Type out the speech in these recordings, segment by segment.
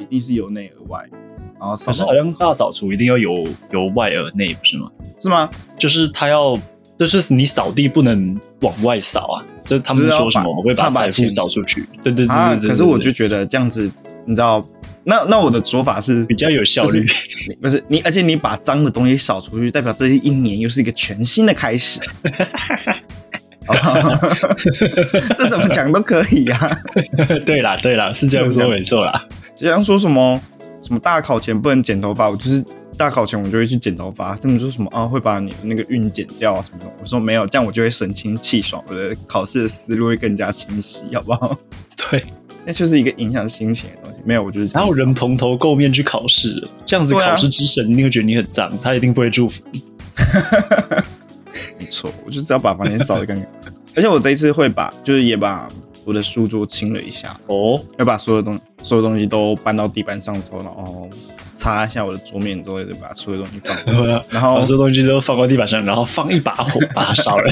一定是由内而外，然后可扫是到好像大扫除一定要由由外而内，不是吗？是吗？就是他要，就是你扫地不能往外扫啊，就是他们就是要说什么把我会把怕把财富钱扫出去，对对对啊，对对对。可是我对就觉得这样子，你知道，那那我的说法是比较有效 率，你不是你，而且你把脏的东西扫出去，代表这一年又是一个全新的开始。哦 这怎么讲都可以呀、啊。对啦对啦，是这样说没错啦。就像说什么什么大考前不能剪头发，我就是大考前我就会去剪头发。他们说什么啊会把你那个运剪掉啊什么的，我说没有，这样我就会神清气爽，我的考试的思路会更加清晰，好不好？对，那就是一个影响心情的东西。没有，我就是这然样后子人蓬头垢面去考试了，这样子对啊考试之神一定会觉得你很脏，他一定不会祝福你。没错，我就只要把房间扫的干干。 而且我这一次会把，就是也把我的书桌清了一下， 哦，要把所有东所有东西都搬到地板上之后，然后擦一下我的桌面之后，就把所有东西放回来。然后把，所有东西都放到地板上，然后放一把火把它烧 了。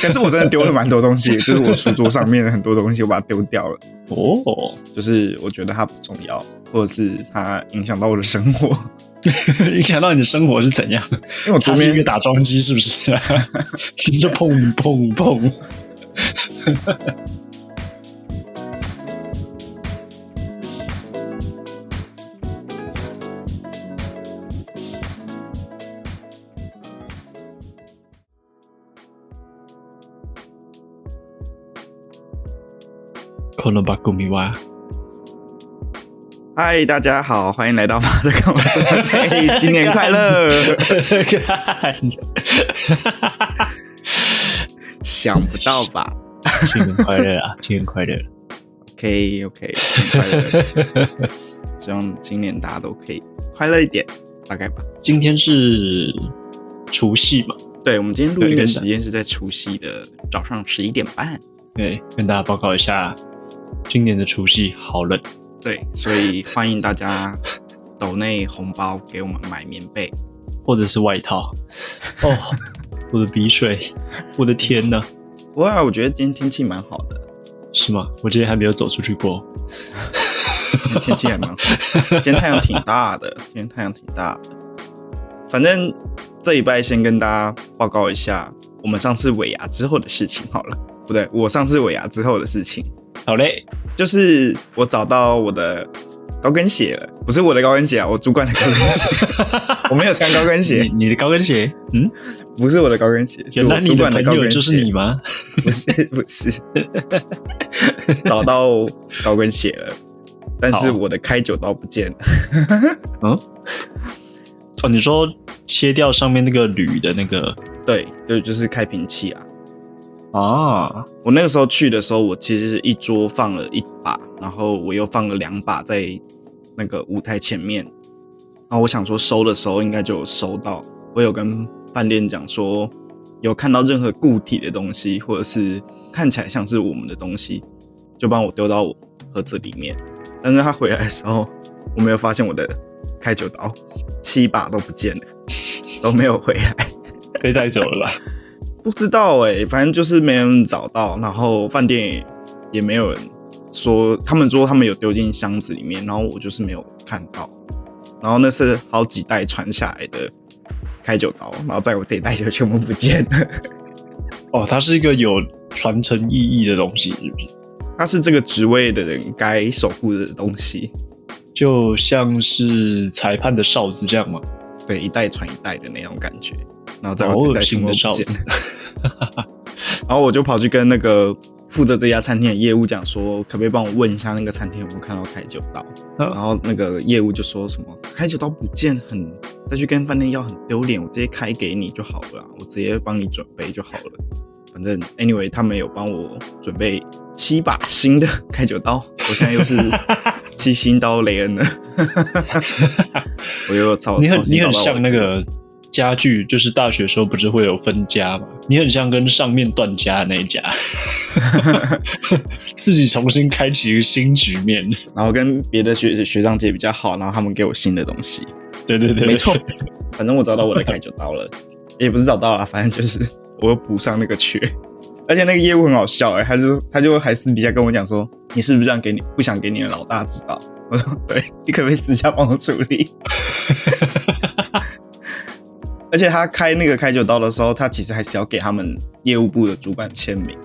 可是我真的丢了蛮多东西，就是我书桌上面的很多东西，我把它丢掉了。哦， 就是我觉得它不重要，或者是它影响到我的生活，影响到你的生活是怎样？因为我桌它是一个面打桩机是不是？ 就砰砰砰。可能把古米 蛙，嗨，大家好，欢迎来到马的干嘛说？嘿，新年快 乐！看， 想不到吧新年快乐啊！新年快乐！ ？OK OK，快乐。希望今年大家都可以快乐一点，大概吧。今天是除夕嘛，对，我们今天录音对的跟时间是在除夕的早上十一点半。对，跟大家报告一下，今年的除夕好冷，对，所以欢迎大家抖内红包给我们买棉被。或者是外 套。哦，我的鼻水，我的天呐，不过啊我觉得今天天气蛮好的， 是吗？我今天还没有走出去过。今天天气还蛮好的，今天太阳挺大的，今天太阳挺大的。反正这礼拜先跟大家报告一下我们上次尾牙之后的事情好了，不对，我上次尾牙之后的事情。好嘞，就是我找到我的高跟鞋了，不是我的高跟鞋啊，我主管的高跟鞋， 我没有穿高跟你鞋，你的高跟鞋，嗯，不是我的高跟鞋，是原我来主你的管朋高友跟鞋，就是你？吗？不是不是，找到高跟鞋了，但是好我的开酒刀不见了，嗯，哦，你说切掉上面那个铝的那个对，就就是开瓶器啊。啊，我那个时候去的时候，我其实是一桌放了一把，然后我又放了两把在那个舞台前面。然后我想说收的时候应该就有收到，我有跟饭店讲说，有看到任何固体的东西，或者是看起来像是我们的东西，就帮我丢到我盒子里面。但是他回来的时候，我没有发现我的开酒刀，七把都不见了，都没有回来。被带走了吧？不知道哎、反正就是没人找到，然后饭店也也没有人说，他们说他们有丢进箱子里面，然后我就是没有看到。然后那是好几袋传下来的开酒刀，然后在我这一袋就全部不见了。哦，它是一个有传承意义的东西，是不是？它是这个职位的人该守护的东西，就像是裁判的哨子这样吗？对，一代传一代的那种感觉。然后在好我这一恶袋全心部的不哨见了子。然后我就跑去跟那个负责这家餐厅的业务讲说，可不可以帮我问一下那个餐厅有没有看到开酒刀？嗯然后那个业务就说什么开酒刀不见很，再去跟饭店要很丢脸，我直接开给你就好了啊，我直接帮你准备就好了。反正 anyway，他们有帮我准备七把新的开酒刀，我现在又是七星刀雷恩了， 我又超你很哦重新你找很到我像的那个家具，就是大学时候不是会有分家嘛？你很像跟上面断家的那一家， 自己重新开启一个新局面。然后跟别的学学长姐比较好，然后他们给我新的东西，对对对，没错， 反正我找到我的开酒刀了，也不是找到了，反正就是我又补上那个缺，而且那个业务很好笑哎、他就他就还私底下跟我讲说，你是不是让给你不想给你的老大知道？我说对，你可不可以私下帮我处理？ 而且他开那个开酒刀的时候，他其实还是要给他们业务部的主管签名。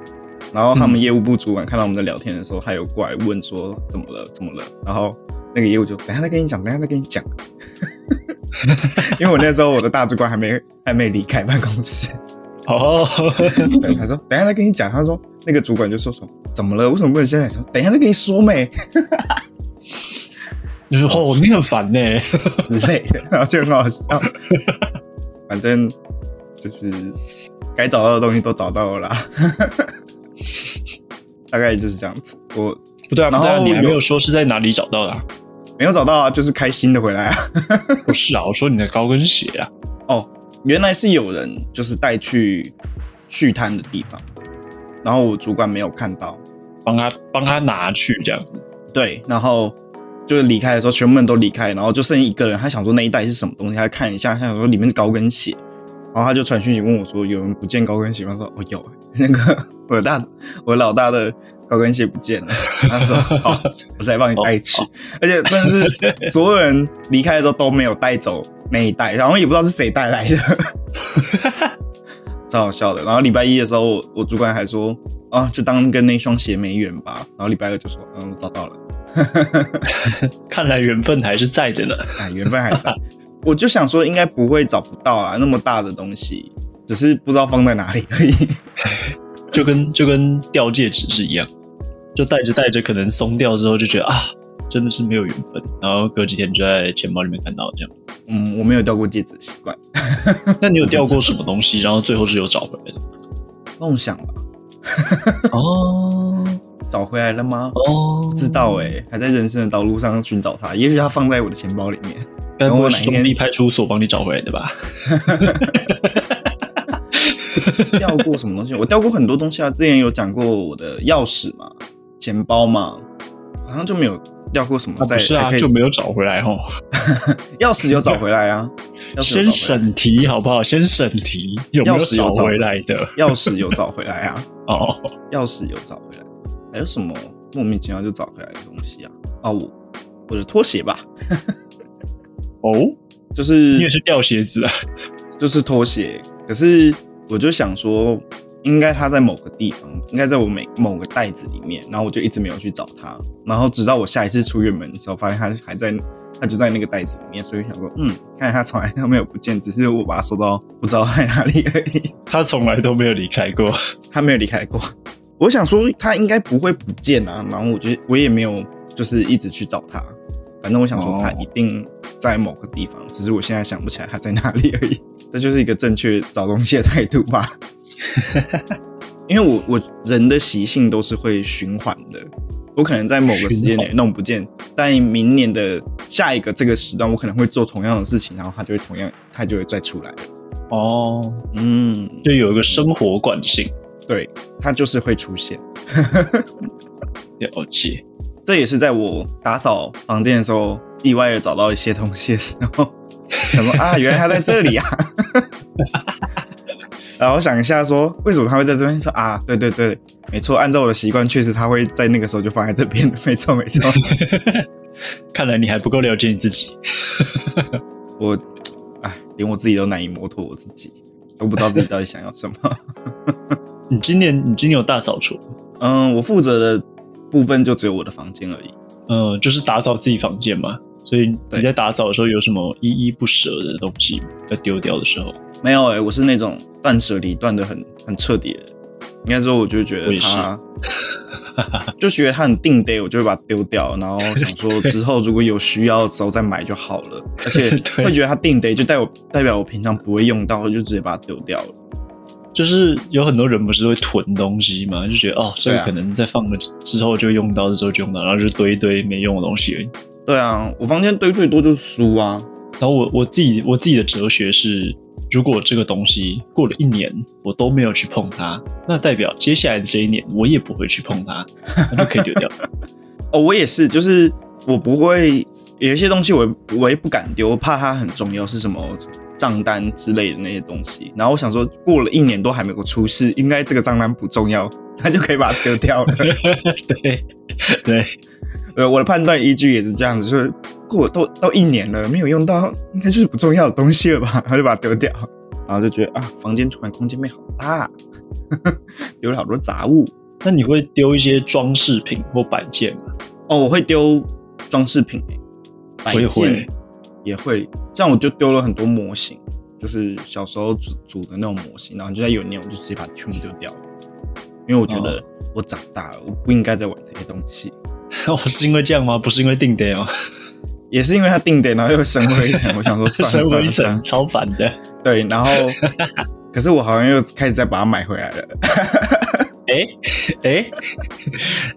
然后他们业务部主管看到我们在聊天的时候，他有过来问说怎么了，怎么了？然后那个业务就等一下再跟你讲，等一下再跟你讲。因为我那时候我的大主管还没还没离开办公室，哦，对，他说等一下再跟你讲。他说那个主管就说什么怎么了？为什么不能现在说？等一下再跟你说没就是哦，你很烦呢、之类的，然后就很好笑。反正就是该找到的东西都找到了啦，大概就是这样子。我不对啊，然后不对啊，你还没有有说是在哪里找到的、啊？没有找到啊，就是开心的回来啊。不是啊，我说你的高跟鞋啊。哦，原来是有人就是带去去摊的地方，然后我主管没有看到，帮他帮他拿去这样，对，然后就是离开的时候，全部人都离开，然后就剩一个人，他想说那一袋是什么东西，他看一下，他想说里面是高跟鞋，然后他就传讯息问我说有人不见高跟鞋吗？我说哦有，那个我的大我的老大的高跟鞋不见了，他说好，我再帮你带去，而且真的是所有人离开的时候都没有带走那一袋，然后也不知道是谁带来的。 超好笑的。然后礼拜一的时候，我我主管还说啊，就当跟那双鞋没缘吧。然后礼拜二就说，嗯，我找到了，看来缘分还是在的呢。哎，缘分还在。我就想说，应该不会找不到啊，那么大的东西，只是不知道放在哪里而已。就跟就跟掉戒指是一样，就戴着戴着可能松掉之后就觉得啊，真的是没有缘分，然后隔几天就在钱包里面看到这样。嗯，我没有掉过戒指的习惯，那你有掉过什么东西，然后最后是有找回来的吗？梦想吧，哦找回来了吗？哦，不知道哎、还在人生的道路上寻找它。也许它放在我的钱包里面， 该不等我会是哪一天中立派出所帮你找回来的吧？掉过什么东西？我掉过很多东西啊，之前有讲过我的钥匙嘛，钱包嘛，好像就没有掉过什么啊，在。不是还啊，可以就没有找回来哦。钥匙有找回来啊，钥匙有先找回来审题好不好？先审题有没钥有匙有找找回来的？钥匙有找回来啊，哦，钥匙有找回来，还有什么莫名其妙就找回来的东西啊？啊，我我的拖鞋吧，哦，就是你也是掉鞋子啊？就是拖鞋，可是我就想说，应该它在某个地方，应该在我每某个袋子里面，然后我就一直没有去找它，然后直到我下一次出远门的时候，发现它还在，它就在那个袋子里面，所以想说，嗯，看来它从来都没有不见，只是我把它收到不知道在哪里而已。他从来都没有离开过。他没有离开过。 我想说他应该不会不见啊，然后我就我也没有就是一直去找他，反正我想说他哦一定在某个地方，只是我现在想不起来他在哪里而已。 这就是一个正确找东西的态度 吧。因为我我人的习性都是会循环的，我可能在某个时间循点弄不见，但明年的下一个这个时段，我可能会做同样的事情，然后它就会同样，它就会再出来了。哦，嗯，就有一个生活惯性，对，它就是会出现。了解。这也是在我打扫房间的时候，意外的找到一些东西的时候，想说啊，原来它在这里啊。 然后想一下说，为什么它会在这边？说啊，对对对，没错，按照我的习惯，确实它会在那个时候就放在这边。没错没错，看来你还不够了解你自己。我哎，连我自己都难以摸透我自己，都不知道自己到底想要什么。你今年你今年有大扫除？嗯，我负责的部分就只有我的房间而已。嗯、就是打扫自己房间嘛。所以你对在打扫的时候有什么依依不舍的东西要丢掉的时候？没有哎、我是那种断舍离断的很很彻底的人。应该说，我就觉我得也是它，就觉得它很定 day，我就会把它丢掉，然后想说之后如果有需要的时候再买就好了。而且 对会觉得它定 day 就代表代表我平常不会用到，我就直接把它丢掉了。就是有很多人不是会囤东西嘛，就觉得哦，这个对啊可能在放了之后就用到，之后就用到，然后就堆一堆没用的东西而已。对啊，我房间堆最多就是书啊，然后我我自己我自己的哲学是，如果这个东西过了一年我都没有去碰它，那代表接下来的这一年我也不会去碰它，那就可以丢掉。哦，我也是，就是我不会有一些东西我也，我也不敢丢，怕它很重要。是什么账单之类的那些东西。然后我想说，过了一年都还没有出事，应该这个账单不重要，他就可以把它丢掉了。 对对，呃，我的判断依据也是这样子，就是过都都一年了，没有用到，应该就是不重要的东西了吧， 然后就把它丢掉，然后就觉得啊，房间突然空间变好大， 丢了好多杂物。那你会丢一些装饰品或摆件吗？ 哦，我会丢装饰品、欸，摆我也会件也会，像我就丢了很多模型，就是小时候组组的那种模型，然后就在有一年我就直接把它全部丢掉了，因为我觉哦得我长大了，我不应该再玩这些东西。我哦是因为这样吗？不是因为定点吗？哦也是因为它定点，然后又升回一层，我想说算身 了算为了一算了层，超烦 的。对，然后可是我好像又开始再把它买回来了。哎哎，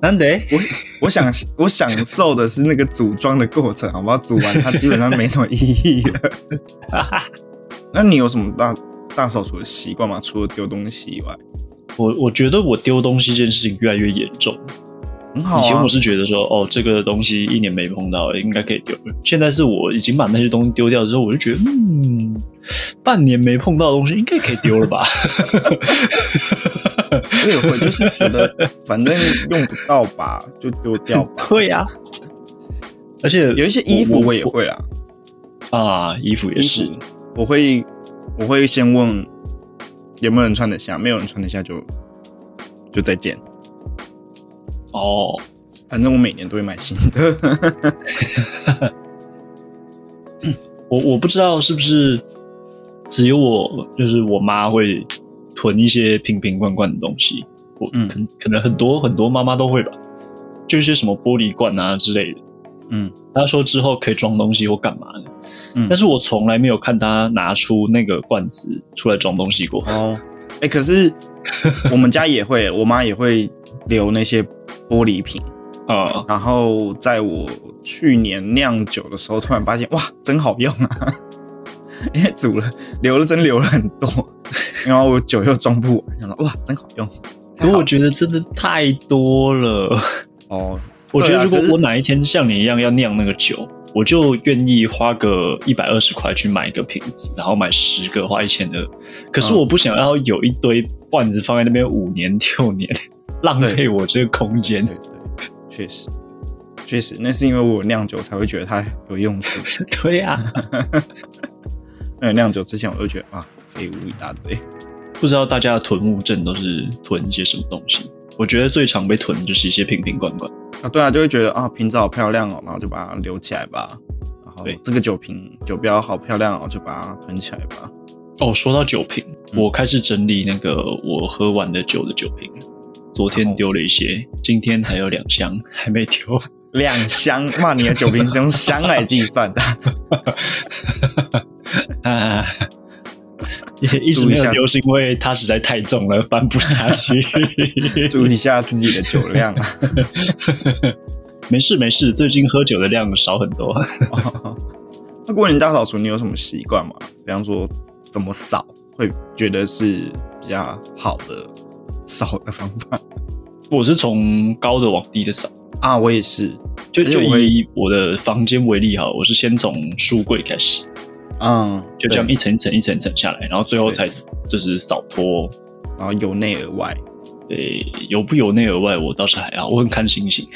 难得我我想 我享受的是那个组装的过程，好不好？组完它基本上没什么意义了。那你有什么大大扫除的习惯吗？除了丢东西以外，我我觉得我丢东西这件事情越来越严重。很好以前啊我。是觉得说，哦，这个东西一年没碰到，应该可以丢了。现在是我已经把那些东西丢掉之后，我就觉得，嗯，半年没碰到的东西应该可以丢了吧？ 我也会，就是觉得反正用不到吧，就丢掉吧。 对呀、而且有一些衣服我我也会啦，啊，衣服也衣是服，我会我会先问有没有人穿得下，没有人穿得下就就再见。哦，反正我每年都会买新的。我我不知道是不是只有我，就是我妈会囤一些瓶瓶罐罐的东西，我嗯可能可能很多很多妈妈都会吧，就一些什么玻璃罐啊之类的。嗯她说之后可以装东西或干嘛的，嗯但是我从来没有看她拿出那个罐子出来装东西过。啊哦，哎、可是我们家也会，我妈也会留那些玻璃瓶。啊、然后在我去年酿酒的时候，突然发现哇，真好用啊！ 因为煮了留了真留了很多，然后我酒又装不完，想到哇，真好用。可我觉得真的太多了。哦，我觉对得啊如果可是我哪一天像你一样要酿那个酒，我就愿意花个一百二十块去买一个瓶子，然后买十个花一千二。可是嗯我不想要有一堆罐子放在那边五年六年， 浪费我这个空间。对对，确实确实，那是因为我有酿酒才会觉得它有用处。对啊，那有酿酒之前，我就觉得啊，废物一大堆。不知道大家的囤物症都是囤一些什么东西？我觉得最常被囤的就是一些瓶瓶罐罐。啊，对啊，就会觉得啊，瓶子好漂亮哦，然后就把它留起来吧。然后对这个酒瓶酒标好漂亮哦，就把它囤起来吧。哦，说到酒瓶，嗯我开始整理那个我喝完的酒的酒瓶。昨然天后丢了一些，今天还有两箱还没丢。两箱，哇，你的酒瓶是用箱来计算的， 啊，也一直没有丢，是因为它实在太重了，搬不下去。注意一下自己的酒量啊。 没事没事，最近喝酒的量少很多。那过年大扫除，你有什么习惯吗？比方说怎么扫，会觉得是比较好的扫的方法 我是从高的往低的扫，啊？我也是就而且就我会以我的房间为例哈，我是先从书柜开始，嗯，就这样对一层一层一层一层下来，然后最后对才就是扫拖。然后由内而外。对，由不由内而外，我倒是还好，我很看心情。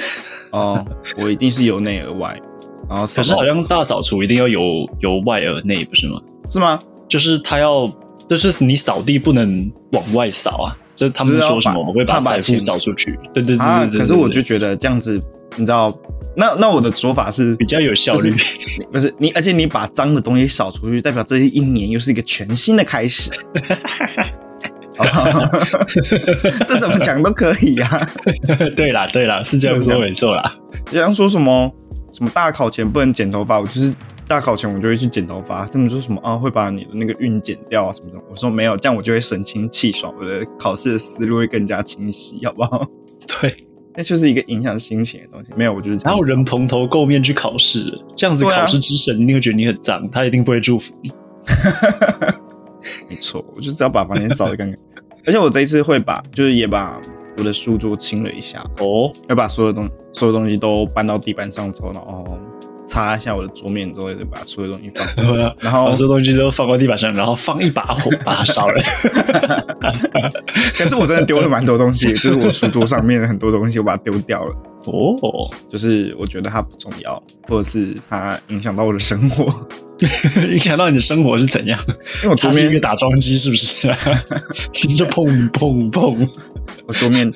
哦，我一定是由内而外，然后扫可是到好像大扫除一定要由由外而内，不是吗？是吗？就是他要，就是你扫地不能往外扫啊，就是他们就是要说什么把我会把怕把财钱富扫出去，对对对啊，对对。可是我对就对觉得这样子，你知道，那那我的说法是比较有效率就，你不是你，而且你把脏的东西扫出去，代表这一年又是一个全新的开 始。哦、这怎么讲都可以啊！ 对啦对啦，是这样对说对没错啦。就像说什么什么大考前不能剪头发，我就是大考前我就会去剪头发。他们说什么啊会把你的那个运剪掉啊什么的，我说没有，这样我就会神清气爽，我的考试的思路会更加清晰，好不好？对，那就是一个影响心情的东西。没有，我就是这然样后扫人蓬头垢面去考试，这样子对啊考试之神一定会觉得你很脏，他一定不会祝福你。没错，我就只要把房间扫的干 干。而且我这一次会把，就是也把我的书桌清了一下，哦，。要把所有东所有东西都搬到地板上之后，然后擦一下我的桌面之后，就把所有东西放然然后后所有东西都放到地板上，然后放一把火把它烧了。 可是我真的丢了蛮多东西，就是我书桌上面的很多东西，我把它丢掉了。哦，就是我觉得它不重要，或者是它影响到我的生活，影响到你的生活是怎样？因为我它桌是一个面打桩机是不是、 你就砰砰砰，我桌面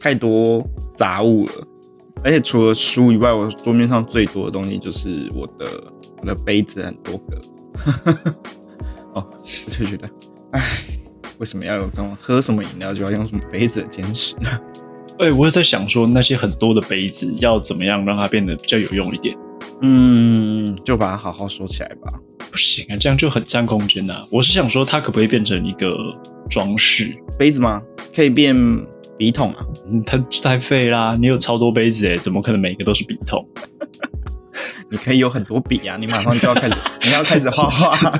太多杂物了，而且除了书以外，我桌面上最多的东西就是我的我的杯子很多个， 哦，我就觉得，唉，哎为什么要有这种喝什么饮料就要用什么杯子的坚持呢？哎、我有在想说那些很多的杯子要怎么样让它变得比较有用一点？嗯，就把它好好收起来吧。不行啊，这样就很占空间呐、我是想说，它可不可以变成一个装饰？杯子吗？可以变笔筒啊？嗯，它太废啦！你有超多杯子哎，怎么可能每个都是笔筒？你可以有很多笔啊！你马上就要开始，你要开始画画。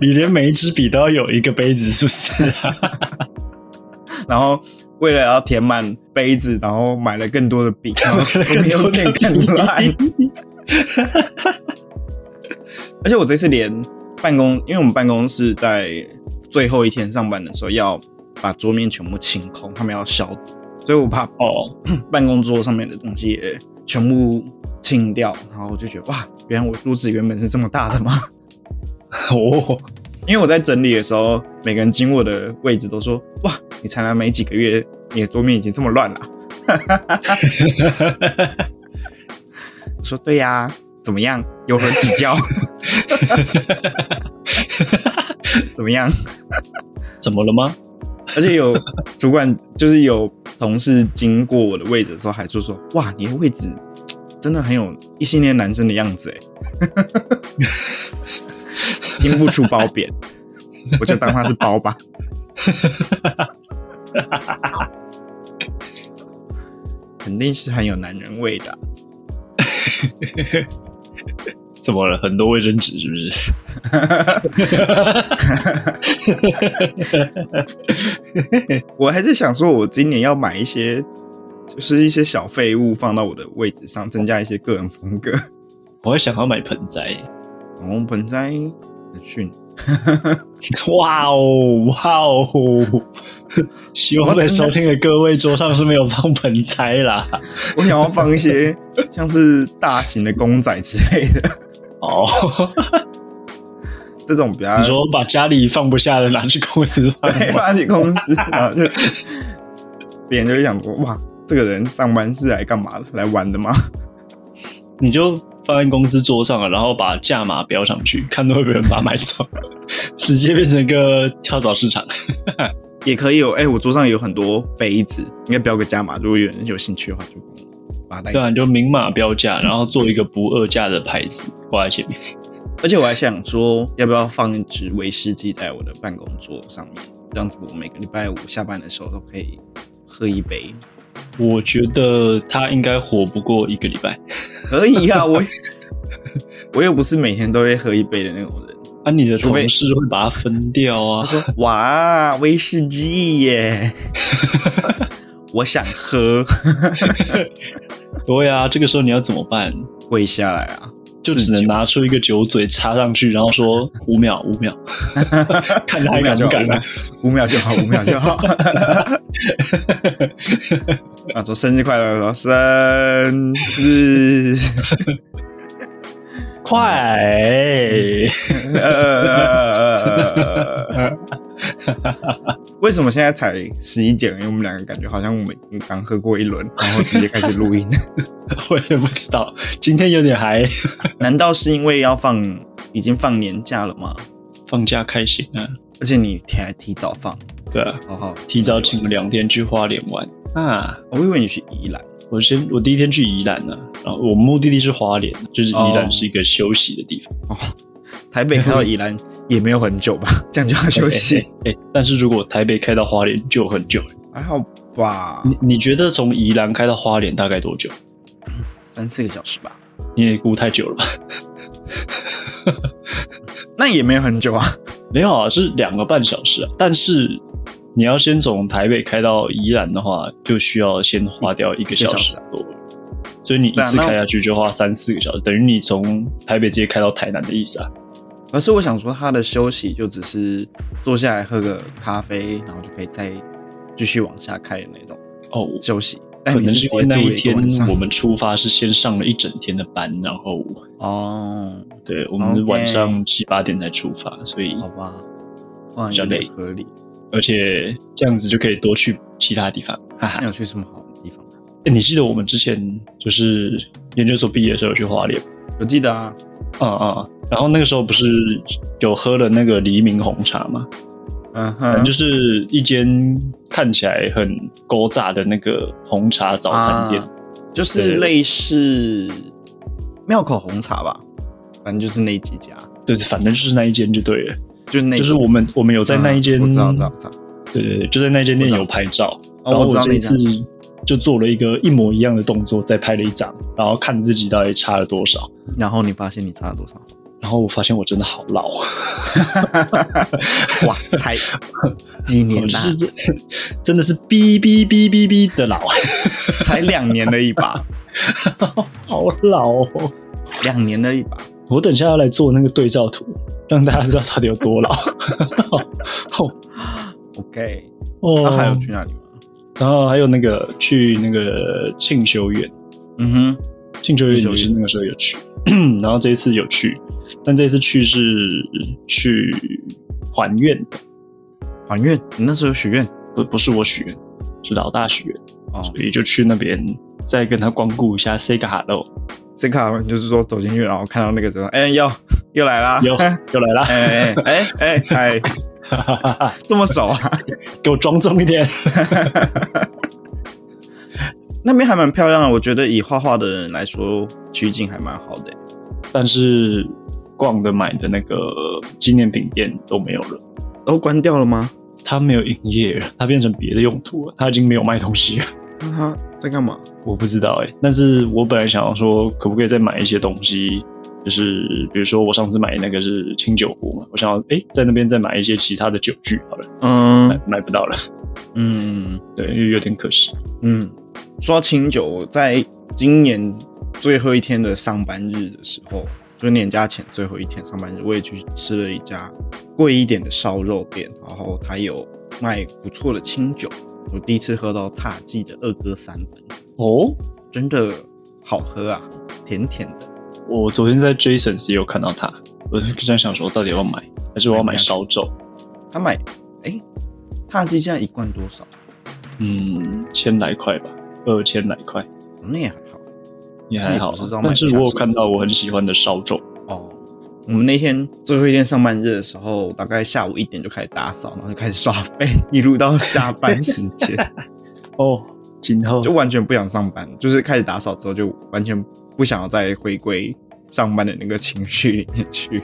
你连每一支笔都要有一个杯子，是不是 啊？然后为了要填满杯子，然后 买了更多的笔，然后我们又变更烂。 而且我这次连办公，因为我们办公室在最后一天上班的时候要把桌面全部清空，他们要消毒，所以我把哦，办公桌上面的东西也全部清掉，然后我就觉得哇，原来我桌子原本是这么大的吗？哦，因为我在整理的时候，每个人经过的位置都说：“哇，你才来没几个月，你的桌面已经这么乱了。” 我说：“对呀、怎么样？有何比较？ 怎么样？怎么了吗？而且有主管，就是有同事经过我的位置的时候，还说说：‘哇，你的位置真的很有异性恋男生的样子。’哎， 听不出褒贬，我就当他是褒吧。” 肯定是很有男人味的啊、怎么了？很多卫生纸是不是？我还是想说，我今年要买一些，就是一些小废物放到我的位置上，增加一些个人风格。我还想要买盆栽。哦，盆栽很逊，哇哦，哇哦！ 希望在收听的各位桌上是没有放盆栽啦。我想要放一些像是大型的公仔之类的，哦，这种比较你说把家里放不下的拿去公司放对吗？发起公司，然后就别人就会想说，哇，这个人上班是来干嘛的？来玩的吗？ 你就放在公司桌上了，啊然后把价码标上去，看会不会有人把它买走，直接变成一个跳蚤市场。也可以哦。哎、我桌上有很多杯子，应该标个价码。如果有人有兴趣的话，就把它带对走。啊，你就明码标价，然后做一个不二价的牌子挂在前面。而且我还想说，要不要放一支威士忌在我的办公桌上面？这样子，我每个礼拜五下班的时候都可以喝一杯。我觉得他应该活不过一个礼拜。可以啊，我 我又不是每天都会喝一杯的那种人。啊，你的除非同事会把它分掉啊他。 说：“哇，威士忌 耶，我想喝。对啊，这个时候你要怎么办？”跪下来啊，就只能拿出一个酒嘴插上去，然后说五秒，五 秒，看他还敢不敢啊？五秒就好，五秒就 好。啊，说生日快乐，说生日，快！ 呃为什么现在才十一点？因为我们两个感觉好像我们已经刚喝过一轮，然后直接开始录 音。 我也不知道，今天有点嗨，难道是因为要放已经放年假了吗？放假开心啊！而且你提还提早放，对啊，好好提早请了两天去花莲玩啊！我以为你去宜兰，我先，我第一天去宜兰呢、啊，然后我目的地是花莲，啊就是宜哦兰是一个休息的地方，台北开到宜兰也没有很久吧， 这样就要休息，哎、但是如果台北开到花莲就很久，还好吧，你你觉得从宜兰开到花莲大概多久？三四个小时吧，你也估太久了吧？那也没有很久啊。没有啊，是两个半小时啊。但是你要先从台北开到宜兰的话，就需要先花掉一个小时多，所以你一次对啊那开下去就花三四个小时，等于你从台北直接开到台南的意思啊。而是我想说，他的休息就只是坐下来喝个咖啡，然后就可以再继续往下开的那种哦，休息。但可哎你能是是直因为接那住一一天个晚上我们出发是先上了一整天的班，然后哦，对我们 OK 哦晚上七八点才出发，所以好吧，哇，比较有点累合理。而且这样子就可以多去其他地方，哈哈那。有去什么好的地方？欸你记得我们之前就是研究所毕业的时候有去花莲吗，我记得啊，啊啊、嗯然后那个时候不是有喝了那个黎明红茶吗？嗯反哼，正就是一间看起来很勾炸的那个红茶早餐店，啊就是对类似庙口红茶吧，反正就是那几家，对，反正就是那一间就对了。就那就是我们我们有在那一间，嗯我知道，我知道，我知道。对对对，就在那间店有拍照。哦然后我知道这那一家次就做了一个一模一样的动作，再拍了一张，然后看自己到底差了多少。然后你发现你差了多少？然后我发现我真的好老啊！哇，才几年 我就呐、是真真的是哔哔哔哔哔的老， 才两年的一把，好老哦！两年的一把。我等一下要来做那个对照图，让大家知道到底有多 老。 OK，哦，他还有去哪里吗？然后还有那个去那个庆修院，嗯哼，庆修院也庆是修那个时候有去， 然后这一次有去，但这一次去是去还愿的，还愿，你那时候有许愿不不是我许愿，是老大许愿，哦。所以就去那边再跟他光顾一下，say 个 hello，这卡就是说走进去，然后看到那个什么，哎、又又来啦，又哎又来啦，哎哎哎哎，这么熟啊？ 给我庄重一点。那边还蛮漂亮的，啊我觉得以画画的人来说，取景还蛮好的、但是逛的买的那个纪念品店都没有了，都哦关掉了吗？它没有营业了，它变成别的用途了，它已经没有卖东西 了。那他在干嘛？我不知道哎、但是我本来想要说，可不可以再买一些东西，就是比如说我上次买那个是清酒壶嘛，我想要哎、诶在那边再买一些其他的酒具好了，嗯买买不到了， 嗯对，因为有点可惜。嗯，说到清酒，我在今年最后一天的上班日的时候，就年假前最后一天上班日，我也去吃了一家贵一点的烧肉店，然后它有卖不错的清酒，我第一次喝到塔记的二哥三本，哦，真的好喝啊，甜甜的。我昨天在 Jasons 也有看到它，我就在想说到底要不要买，还是我要买烧酒？他买，哎、塔记现在一罐多少？嗯，千来块吧，二千来块。那也还好。也还好啊那也不知道，卖但是不下我有手看到我很喜欢的烧酒，哦，我们那天最后一天上班日的时候，大概下午一点就开始打扫，然后就开始刷费，一路到下班时 间，哦，今后就完全不想上班，就是开始打扫之后就完全不想要再回归上班的那个情绪里面去，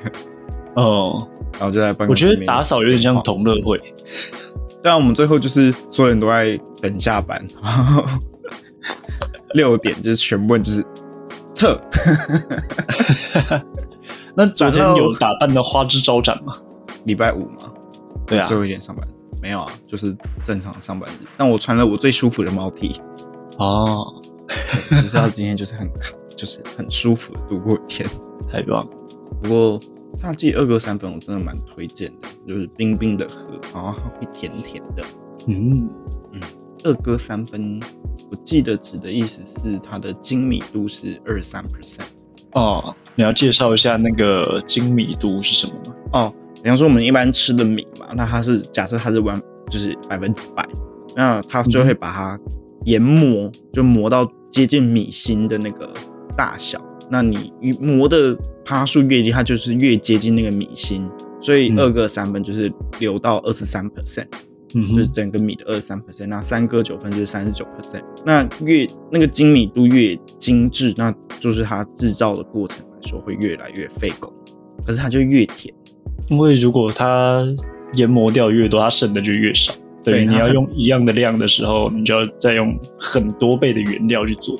哦，然后就在办我公室觉里面。得打扫有点像同乐会，对啊，我们最后就是所有人都在等下班， 然后六点就是全部人就是撤，那昨天然后有打扮的花枝招展吗？礼拜五嘛，对啊最，后一天上班。没有啊，就是正常上班日。但我穿了我最舒服的毛 T，哦，你知道今 天就是很卡，就是很舒服的度过一天。太棒了，不过夏季二哥三粉我真的蛮推荐的，就是冰冰的喝，然后它会甜甜的。嗯，二哥三分，我记得指的意思是它的精密度是二三 percent 哦，你要介绍一下那个精米都是什么吗？哦。比方说我们一般吃的米嘛，那它是假设它是完就是百分之百，那它就会把它研磨，就磨到接近米心的那个大小。那你磨的趴数越低，它就是越接近那个米心。所以嗯二个三分就是留到二十三 percent，嗯就是哼，整个米的二十三 percent。那三个九分就是三十九 percent。那越那个精米度越精致，那就是它制造的过程来说会越来越费工，可是它就越甜。因为如果它研磨掉越多，它剩的就越少。等对于它你要很用一样的量的时候，你就要再用很多倍的原料去做。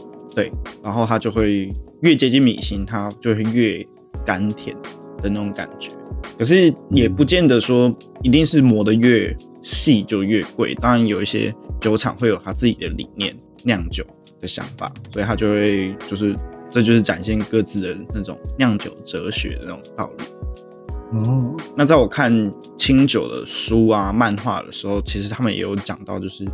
然后它就会越接近米心，它就会越甘甜的那种感觉。可是也不见得说一定是磨得越细就越贵，当然有一些酒厂会有他自己的理念酿酒，的想法，所以他就会就是这就是展现各自的那种酿酒哲学的那种道理。哦，那在我看清酒的书啊、漫画的时候，其实他们也有讲到，就是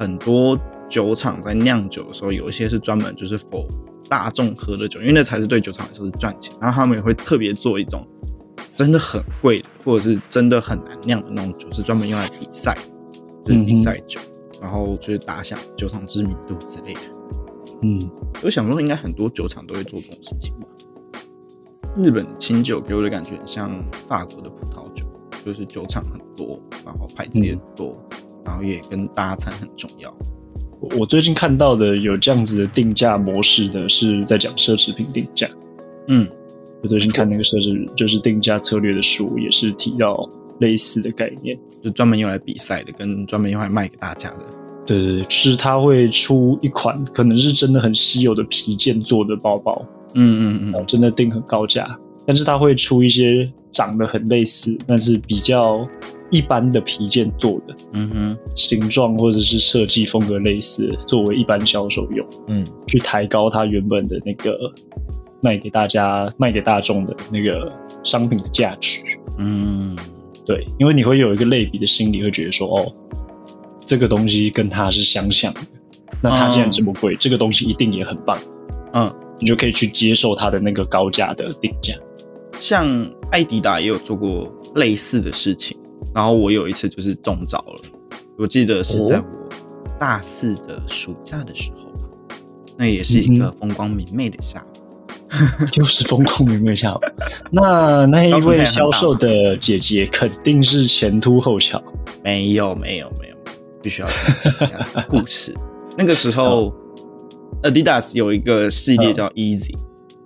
很多酒厂在酿酒的时候，有一些是专门就是否大众喝的酒，因为那才是对酒厂来说是赚钱。然后他们也会特别做一种真的很贵的，或者是真的很难酿的那种酒，是专门用来比赛，就是比赛酒，然后就是打响酒厂知名度之类的。嗯，我想说，应该很多酒厂都会做这种事情吧。日本的清酒给我的感觉很像法国的葡萄酒，就是酒厂很多，然后牌子也多，然后也跟搭餐很重要。我我最近看到的有这样子的定价模式的是在讲奢侈品定价。嗯，我最近看那个奢侈就是定价策略的书，也是提到类似的概念。就专门用来比赛的，跟专门用来卖给大家的。对对对，就是它会出一款可能是真的很稀有的皮件做的包包，嗯嗯然后嗯，真的定很高价，但是它会出一些长得很类似，但是比较一般的皮件做的嗯哼，形状或者是设计风格类似，作为一般销售用，嗯去抬高它原本的那个卖给大家、卖给大众的那个商品的价值。嗯，对，因为你会有一个类比的心理，会觉得说，哦，这个东西跟它是相像的，那它既然这么贵，这个东西一定也很棒，嗯，你就可以去接受它的那个高价的定价。 像艾迪达也有做过类似的事情，然后我有一次就是中招了，我记得是在哦我大四的暑假的时候吧，那也是一个嗯风光明媚的下午。又是风控明媚下午，那那一位销售的姐姐肯定是前凸后翘，没有没有没有，必须要讲一下这个故事。那个时候，Adidas 有一个系列叫 Easy，、就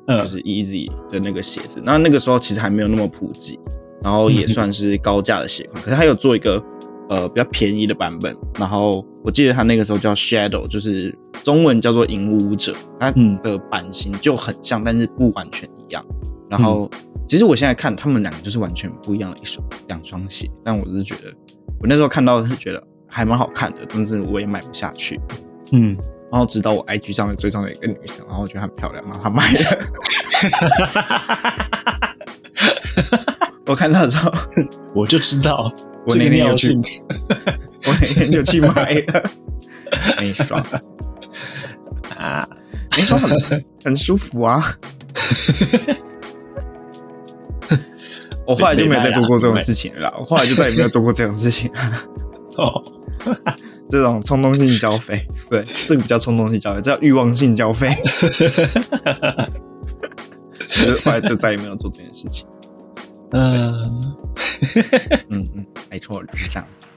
嗯是 Easy 的那个鞋子。那那个时候其实还没有那么普及，然后嗯也算是高价的鞋款。可是它有做一个呃比较便宜的版本，然后我记得它那个时候叫 Shadow，就是中文叫做影舞者，它嗯的版型就很像，但是不完全一样。然后、嗯其实我现在看他们两个就是完全不一样的一双两双鞋，但我只是觉得我那时候看到是觉得还蛮好看的，但是我也买不下去。 嗯，然后直到我 IG 上面追踪了一个女生，然后我觉得她很漂亮，然后她买了。 我看到之后，我就知道我这那个天有尿去性，我那天就去买了 那一双啊，那一双很很舒服啊。 我后来就没有再做过这种事情了啦，我后来就再也没有做过这种事情了。 哦，这种冲动性消费，对，这个不叫冲动性消费，这叫欲望性消 费。我就后来就再也没有做这件事情。嗯、嗯嗯，没错，就是这样子。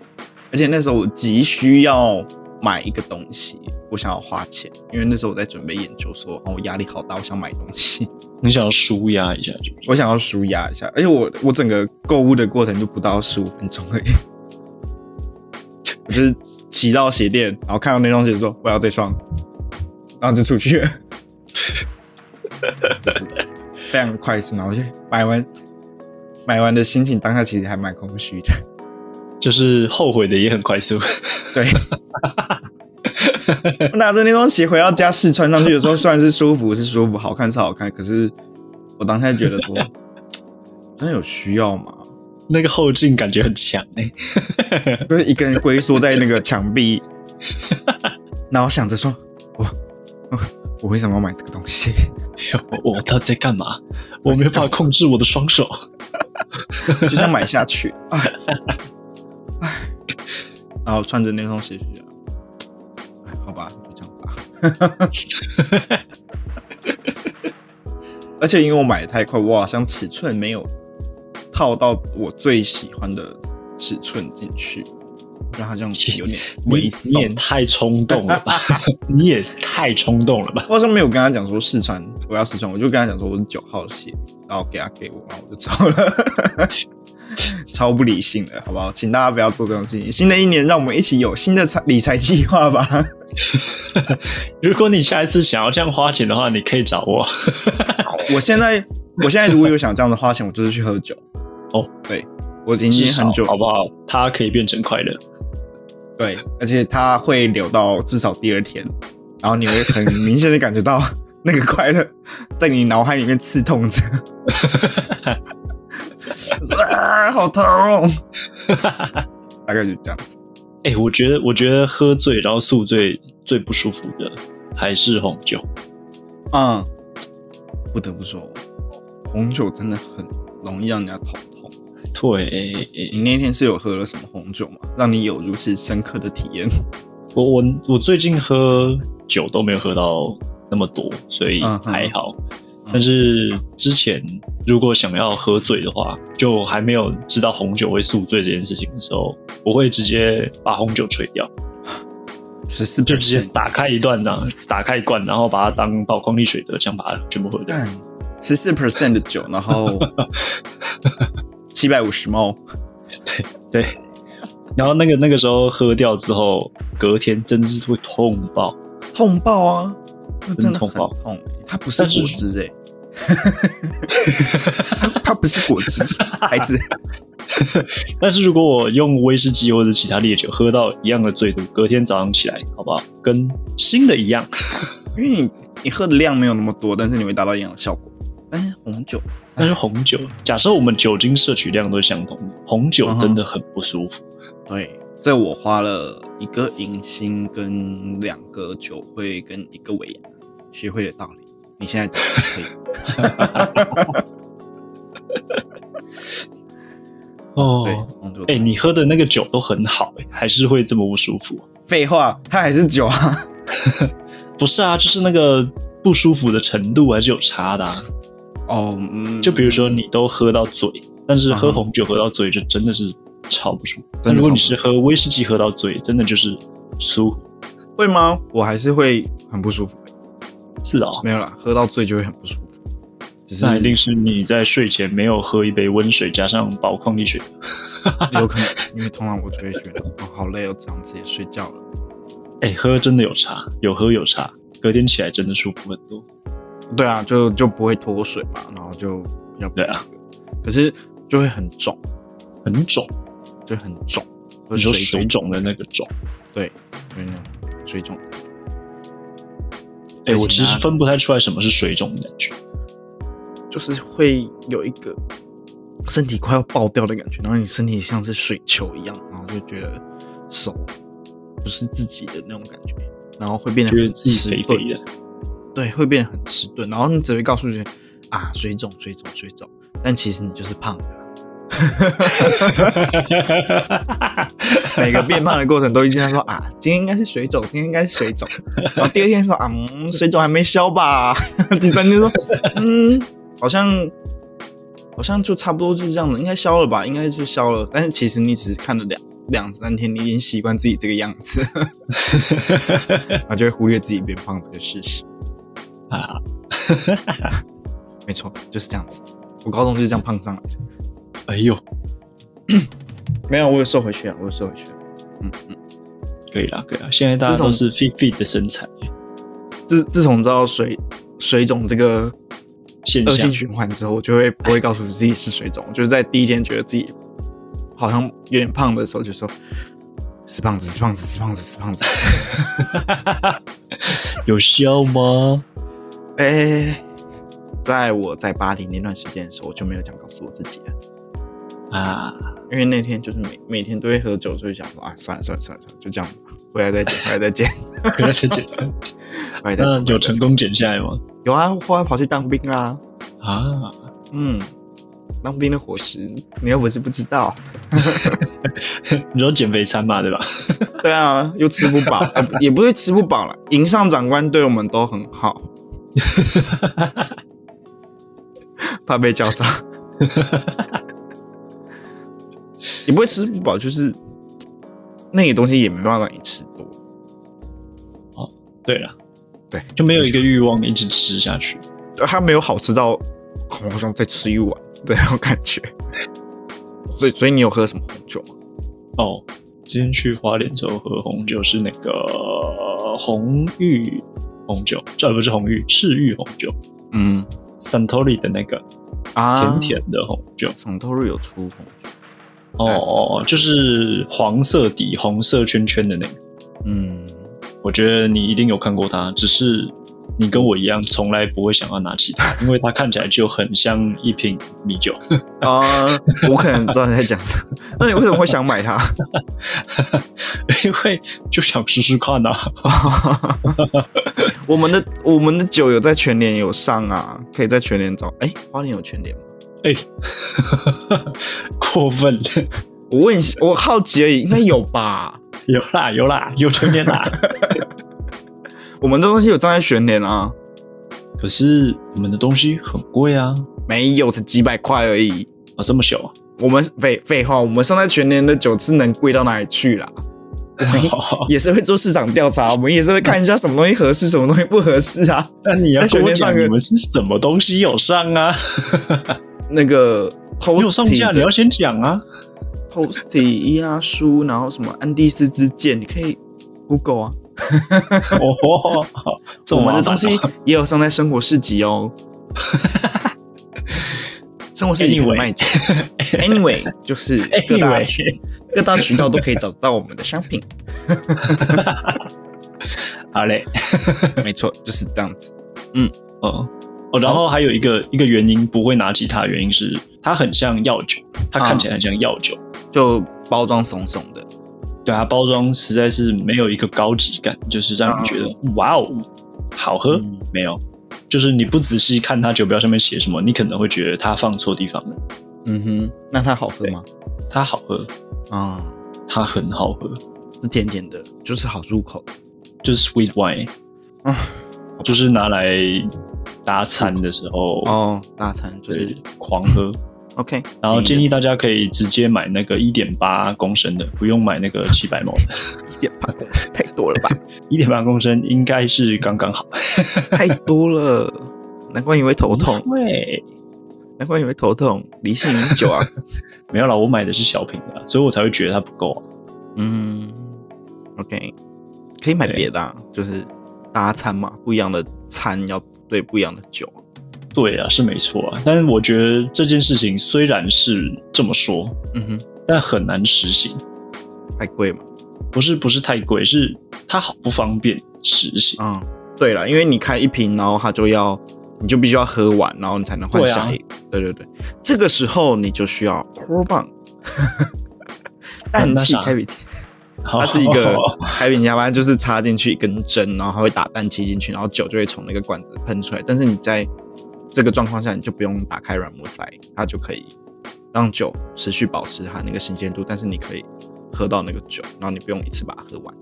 而且那时候我急需要买一个东西，我想要花钱，因为那时候我在准备研究所，哦，我压力好大，我想买东西，你想要舒压一下是不是？我想要舒压一下。而且我我整个购物的过程就不到十五分钟而已。我就是骑到鞋店，然后看到那双鞋说我要这双，然后就出去了，就是非常快速。然后就买完买完的心情当下其实还蛮空虚的。就是后悔的也很快速， 对，我拿着那双鞋回到家试穿上去的时候，虽然是舒服是舒服，好看是好看，可是我当下觉得说，真的有需要吗？那个后劲感觉很强哎、就是一个人龟缩在那个墙壁，然后想着说，我 我我为什么要买这个东西？我我到底在干嘛？我没有办法控制我的双手，就想买下去， 哎哎，然后穿着那双鞋去，哎，好吧，就这样吧。 而且因为我买的太快，我好像尺寸没有套到我最喜欢的尺寸进去，就好像有点你微你松也。太冲动了 吧？你也太冲动了吧？我好像没有跟他讲说试穿，我要试穿，我就跟他讲说我是九号鞋，然后给他给我，然后我就走了， 超不理性的，好不好？请大家不要做这种事情。新的一年，让我们一起有新的财理财计划吧。 如果你下一次想要这样花钱的话，你可以找 我。我现在，我现在如果有想这样的花钱，我就是去喝酒。哦，对，我已至经少很久好不好？它可以变成快乐。对，而且它会留到至少第二天，然后你会很明显的感觉到那个快乐在你脑海里面刺痛着，啊，好痛，大概就这样子。哎、我觉得，我觉得喝醉然后宿醉最不舒服的还是红酒。嗯，不得不说，红酒真的很容易让人家头痛。对，哎你那天是有喝了什么红酒吗？让你有如此深刻的体验？我我我最近喝酒都没有喝到那么多，所以嗯嗯还好。但是之前如果想要喝醉的话，就还没有知道红酒会宿醉这件事情的时候，我会直接把红酒吹掉，十四就直接打开一段呢，打开一罐，然后把它当宝矿力水得，这样把它全部喝掉。干十四 percent 的酒，然后七百五十毛，对，然后那个那个时候喝掉之后，隔天真的是会痛爆。痛爆啊！那真的很真的痛爆痛，欸它不是但是果汁哎、它 它不是果汁，孩子。但是如果我用威士忌或者其他烈酒喝到一样的醉度，隔天早上起来，好不好？跟新的一样，因为你你喝的量没有那么多，但是你会达到一样的效果。但是红酒，但是红酒，假设我们酒精摄取量都是相同的，红酒真的很不舒服。对，这我花了一个迎新跟两个酒会跟一个尾牙学会的道理。你现在懂了可以。对，哦，红酒。哎、你喝的那个酒都很好、哎，还是会这么不舒服？废话，它还是酒啊。不是啊，就是那个不舒服的程度还是有差的、啊。哦，嗯，就比如说你都喝到醉，但是喝嗯哼红酒喝到醉就真的是超不舒服。真的但如果超你不是喝威士忌喝到醉，真的就是舒服。会吗？我还是会很不舒服。是啊、没有啦，喝到醉就会很不舒服。只是那一定是你在睡前没有喝一杯温水，加上宝矿力水。有可能，因为通常我就会觉得哦，好累哦，这样子也睡觉了。哎、喝真的有差，有喝有差，隔天起来真的舒服很多。对啊，就就不会脱水嘛，然后就比较不对啊，可是就会很肿，很肿，就很肿，你就说是水肿，肿的那个肿。对，就是那种水肿。哎、我其而且实呢分不太出来什么是水肿的感 觉。就是会有一个身体快要爆掉的感觉，然后你身体像是水球一样，然后就觉得手不是自己的那种感觉，然后会变得觉得很自己迟肥钝，肥的，对，会变得很迟钝，然后你只会告诉自己啊水肿水肿水肿，但其实你就是胖的。每个变胖的过程都一直在说啊，今天应该是水肿，今天应该是水肿，然后第二天说啊，嗯，水肿还没消吧， 第三天说，嗯，好像好像就差不多就是这样子，应该消了吧，应该就消了，但是其实你只是看了两两三天，你已经习惯自己这个样子，然后就会忽略自己变胖这个事实 啊。没错，就是这样子。我高中就是这样胖上来的，哎呦，没有，我有瘦回去啊，我有瘦回去啊。可以啦，可以啦，现在大家都是 fit fit 的身材自自从知道水水肿这个现恶象性。循环之后，我就会不会告诉自己是水肿，我就是在第一天觉得自己好像有点胖的时候，就说是胖子，是胖子，是胖子，是胖子。有消吗？哎、在我在巴黎那段时间的时候，我就没有这样告诉我自己了，啊，因为那天就是每每天都会喝酒，所以想说啊，算了算了算了算了，就这样吧，回来再见，回来再见，回来 再减。回来 再那见。嗯有成功减下来吗？有啊，后来跑去当兵啦、啊，嗯，当兵的伙食你又不是不知道。你说减肥餐嘛，对吧？对啊，又吃不 饱、呃也不是吃不饱了。营上长官对我们都很 好，怕被叫上。 你不会吃不饱，就是那个东西也没办法让你吃多。对了，对，就没有一个欲望一直吃下去。它没有好吃到好像再吃一碗 的那种感觉。所以，所以你有喝什么红酒吗？哦，今天去花莲的时候喝红酒是那个红玉红酒，这不是红玉，赤玉红酒嗯，Santori 的那个啊，甜甜的红酒。红豆日有出红酒，哦哦，哦就是黄色底红色圈圈的那个。嗯，我觉得你一定有看过它，只是你跟我一样，从来不会想要拿起它，因为它看起来就很像一瓶米酒。 啊、我可能知道你在讲啥。那你为什么会 想买它？因为就想试试看呐、啊。我们的我们的酒有在全联有上啊，可以在全联找。哎、花莲有全联吗？哎、 过分了， 我问一下，我好奇而已，应该有吧？有啦有啦，有成年啦。我们的东西有站在全联啊？可是我们的东西很贵啊，没有，才几百块而已。啊这么小啊，我们废废话，我们上在全年的酒是能贵到哪里去啦？啊 也是会做市场调查，我们也是会看一下什么东西合适，什么东西不合适啊。那你要在全跟我联上讲个你们是什么东西有上啊？那个 Toasty 没有上架，的你要先讲 啊。 Toasty 伊拉苏，然后什么安第斯之剑，你可以 Google 啊。哦，这我么们麻的烦东啊西也有上在生活市集 哦。生活市集很卖酒，anyway 就是各 大 Anyway 渠各大渠道都可以找到我们的商 品。好嘞，没错，就是这样子。嗯。哦，然后还有一个一个原因不会拿吉他，原因是它很像药酒，它看起来很像药酒，就包装怂怂的，对啊它包装实在是没有一个高级感，就是让你觉得、哇哦好喝、嗯没有，就是你不仔细看它酒标上面写什么，你可能会觉得它放错地方了。嗯哼，那它好喝吗？它好喝，啊、它很好喝，是甜甜的，就是好入口。就是 sweet wine，啊就是拿来搭餐的时候，哦，大餐就对是，狂 喝。 OK，然后建议大家可以直接买那个一点八公升的，不用买那个七百毛的。一点八公太多了吧？ 一点八公升应该是刚刚好。哦太多 了，难怪你会头痛，对，难怪你会头痛，理性饮酒啊。没有啦，我买的是小瓶的啦，啊所以我才会觉得它不够啊、 嗯，OK，可以买别的、啊，就是搭餐嘛，不一样的餐要对不一样的酒。对啊，是没错啊。但是我觉得这件事情虽然是这么说，嗯哼，但很难实行。太贵嘛。不是不是太贵，是它好不方便实行。嗯，对了，因为你开一瓶，然后它就要，你就必须要喝完，然后你才能换对啊下一个。对对对，这个时候你就需要 core 棒，氮那气啥开瓶器，它它是一个 开瓶器，反正就是插进去一根针，然后它会打氮气进去，然后酒就会从那个管子喷出来。但是你在这个状况下，你就不用打开软木塞，它就可以让酒持续保持它那个新鲜度，但是你可以喝到那个酒，然后你不用一次把它喝完。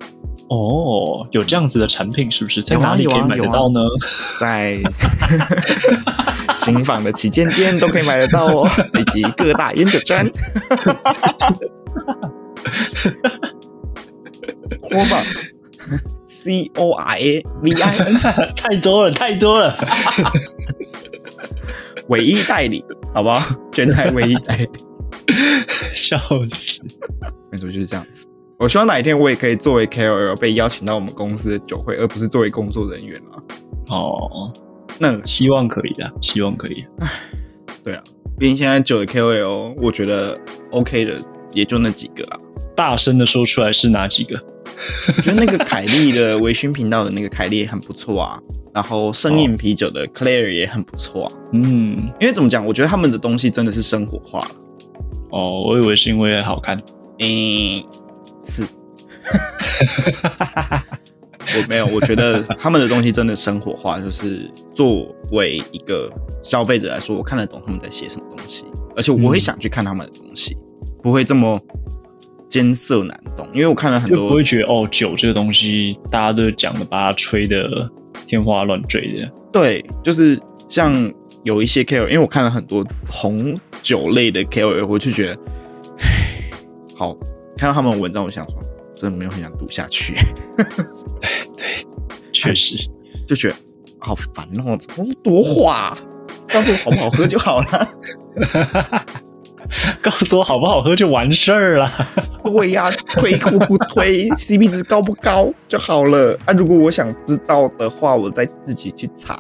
哦，有这样子的产品是不是？在有啊哪里有可啊以买得有啊到呢？ 在啊 新房的旗舰店都可以买得到 哦，以及各大烟酒专。c o r c O R A V I N 太多了，太多了。 唯一代理，好不好？全台唯一代理，笑死！没错，就是这样子。我希望哪一天我也可以作为 KOL 被邀请到我们公司的酒会，而不是作为工作人员啊。哦，那希望可以的，希望可以。对啊，毕竟现在酒的 KOL，我觉得 OK 的也就那几个啦。大声的说出来是哪几个？我觉得那个凯莉的微醺频道的那个凯莉也很不错啊，然后生饮啤酒的 Claire 也很不错啊。嗯，因为怎么讲，我觉得他们的东西真的是生活化了。哦，我以为是因为好看。诶、是， 我没有，我觉得他们的东西真的生活化，就是作为一个消费者来说，我看得懂他们在写什么东西，而且嗯我会想去看他们的东西，不会这么艰涩难懂。因为我看了很就不多会觉得哦，酒这个东西大家都讲的，把它吹的天花乱坠哎的。对，就是像有一些 KOL，因为我看了很多红酒类的 KOL，我就觉得，唉好看到他们的文章，我想说，真的没有很想读下去， 确实， 就觉得好烦哦，怎么那么多话、啊？告诉我好不好喝就好了。告诉我好不好喝就完事儿了。 对呀、推或不 推，CP 值高不高就好了。啊，如果我想知道的话，我再自己去查。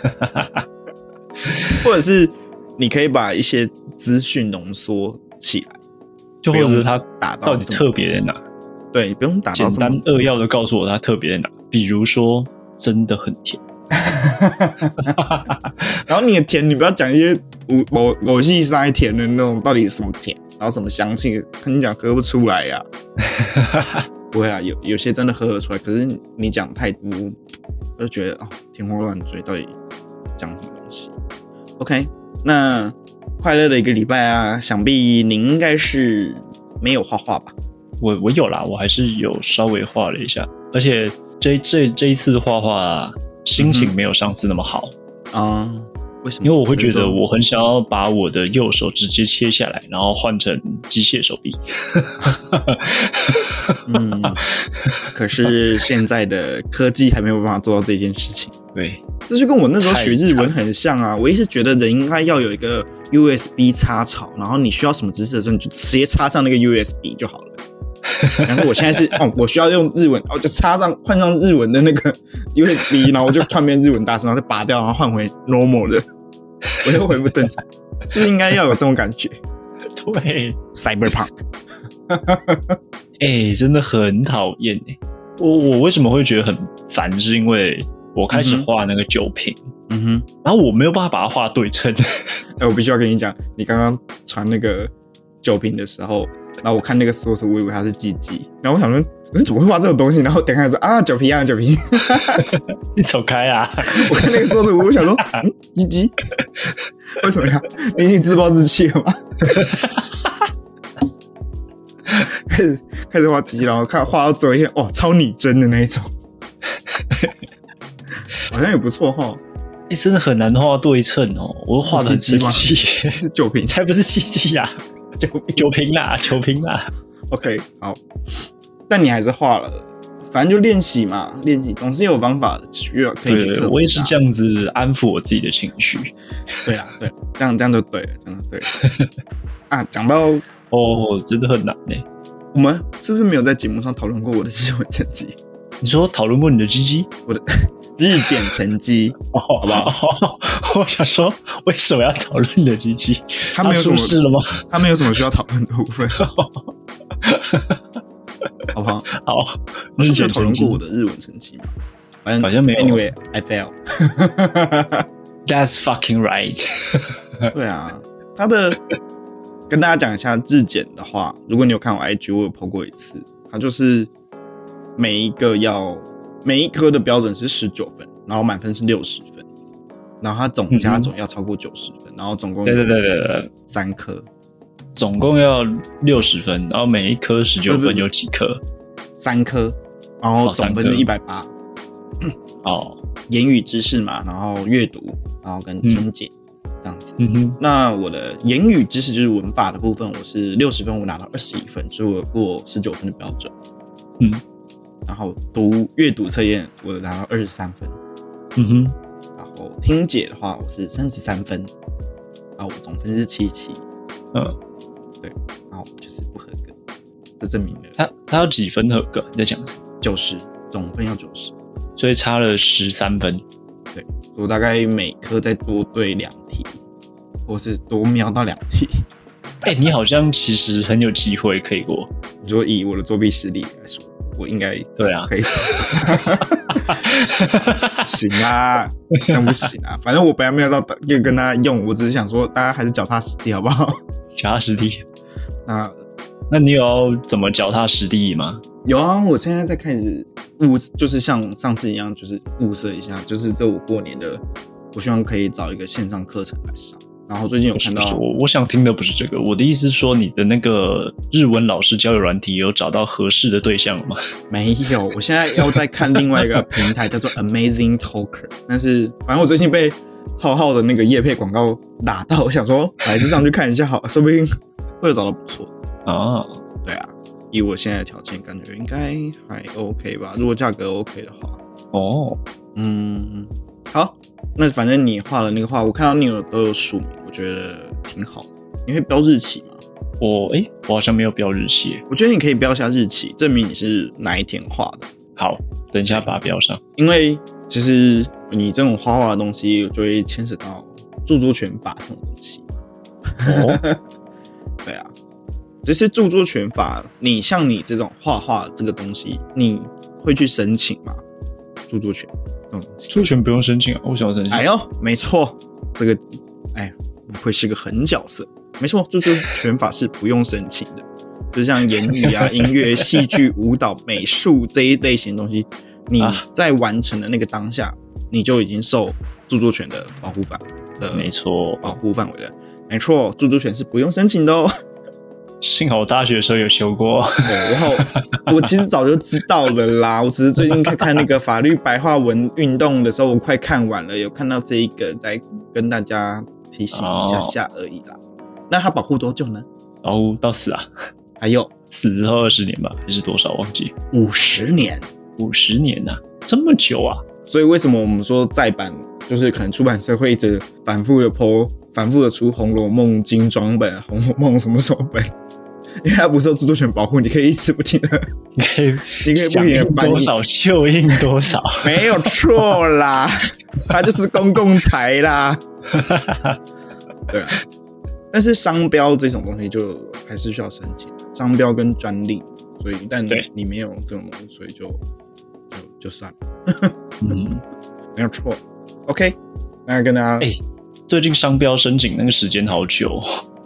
或者是你可以把一些资讯浓缩起来，就或不者用它打到到底这么啊特别在哪？对，不用打到简这么单扼要的告诉我它特别在哪，比如说真的很甜，然后你的甜，你不要讲一些我我我是塞甜的那种，到底什么甜，然后什么香气，跟你讲喝不出来 呀、不会啊，有有些真的喝得出来，可是你讲太多，我就觉得哦，天花乱坠，到底讲什么东西？OK，那快乐的一个礼拜啊，想必您应该是没有画画吧？我我有啦，我还是有稍微画了一下，而且这这这一次画画心情没有上次那么好，啊、为什么？因为我会觉得我很想要把我的右手直接切下来，然后换成机械手臂。 嗯，可是现在的科技还没有办法做到这件事情。对，这就跟我那时候学日文很像啊！我一直觉得人应该要有一个 USB 插槽，然后你需要什么知识的时候，你就直接插上那个 USB 就好了。 但是我现在是哦，我需要用日文，哦，就插上换上日文的那个 USB，然后我就换变日文大师，然后再拔掉，然后换回 normal 的， 我又恢复正常。是不是应该要有这种感觉 对， ？Cyberpunk 哎、真的很讨厌哎。我我为什么会觉得很烦？是因为我开始嗯哼画那个酒瓶，嗯哼。然后我没有办法把它画对称。 哎、我必须要跟你讲，你刚刚传那个酒瓶的时候，然后我看那个缩图，我以为它是鸡鸡，然后我想说，你怎么会画这种东西？然后点开说啊，酒瓶啊，酒瓶。 你走开啊！我看那个缩图，我想说，嗯，鸡鸡，为什么呀？你已经自暴自弃了吗？ 开始开始画鸡鸡，然后看画到最后一天，哇，超拟真的那一种， 好像也不错哈，哎、真的很难画对称哦，我都画的很鸡生鸡吗气。是酒瓶 你才不是鸡鸡呀，酒瓶。酒瓶啦，酒瓶啦。 OK，好，但你还是画了，反正就练习嘛，练习总是有方法需要可以去克服啊对，它我也是这样子安抚我自己的情绪。对啦，对，这样这样就对了，这样就对了。啊，讲到哦，真的很难呢。我们是不是没有在节目上讨论过我的日文成绩？你说讨论过你的鸡鸡？ 日检成绩，哦，好不好？我想说，为什么要讨论你的鸡鸡？他没有什出么，事了吗？他没有什么需要讨论的部 分，好不好？好，我是日没有检讨论成绩过我的日文成绩嘛，反正好像没有 Anyway，I fail。 That's fucking right。对啊，他的跟大家讲一下质检的话，如果你有看我 IG，我有 PO 过一次，它就是每一个要每一科的标准是十九分，然后满分是六十分，然后它总加总要超过九十分，然后总共嗯对对对对对，三科，总共要六十分，然后每一科十九不不分，不有几科？三科，然后总分哦是一三百八，哦，言语知识嘛，然后阅读，然后跟听解、这样子。嗯哼，那我的言语知识就是文法的部分，我是六十分，我拿到二十一分，所以我有过十九分的标准。嗯，然后读阅读测验，我拿到二十三分，嗯哼，然后听解的话，我是三十三分，啊，我总分是七七，嗯，对，然后就是不合格，这证明了他他要几分合格？你在讲什么？九十总分要九十，所以差了十三分。我大概每科再多对两题，或是多瞄到两题。 哎、你好像其实很有机会可以过。你说以我的作弊实力来说，我应该对啊，可以走。 行啊，那不行啊，反正我本来没有到要跟他用，我只是想说大家还是脚踏实地好不好？ 脚踏实地。那那你有要怎么脚踏实地吗？有啊，我现在在开始物，就是像上次一样，就是物色一下，就是这我过年的，我希望可以找一个线上课程来上。然后最近有不是看不到，是，我我想听的不是这个，我的意思是说，你的那个日文老师交友软体有找到合适的对象了吗？没有，我现在要再看另外一个平台叫做 Amazing Talker，但是反正我最近被浩浩的那个叶配广告打到，我想说我还是上去看一下好了，说不定会有找到不错。啊，对啊，以我现在的条件，感觉应该还 OK 吧。如果价格 OK 的话，哦，嗯，好，那反正你画了那个画，我看到你有都有署名，我觉得挺好的。你会标日期吗？我哎、我好像没有标日期耶。我觉得你可以标一下日期，证明你是哪一天画的。好，等一下把它标上。因为其实你这种画画的东西，就会牵扯 到著作权法这种东西。哦，对啊，只是著作权法，你像你这种画画这个东西，你会去申请吗？著作权这种东西？著作权不用申请啊，为什么要申请？哎呦，没错，这个，哎，不愧是个狠角色。没错，著作权法是不用申请的，就像言语 啊、音乐、戏剧、舞蹈、美术这一类型的东西，你啊在完成的那个当下，你就已经受著作权的保护法的没错，保护范围了。没错，著作权是不用申请的哦。幸好我大学的时候有修过。 对，然后我其实早就知道了啦，我只是最近在看那个法律白话文运动的时候，我快看完了，有看到这一个来跟大家提醒一下下而已啦。那它保护多久呢？然后到死啊，还有死之后二十年吧，还是多少忘记，五十年。五十年呐、这么久 啊！所以为什么我们说再版，就是可能出版社会一直反复的剖，反复的出《红楼梦》精装本、《红楼梦》什么什么本？ 因为它不受著作权保护，你可以一直不停的，你可以你可以不 想停的印翻译多少就印多少，没有错啦，它就是公共财啦。对啊，但是商标这种东西就还是需要申请，商标跟专利，所以一旦对你没有这种东西，所以就就就算了，嗯。没有错。OK，那跟大家、哎最近商标申请那个时间好久，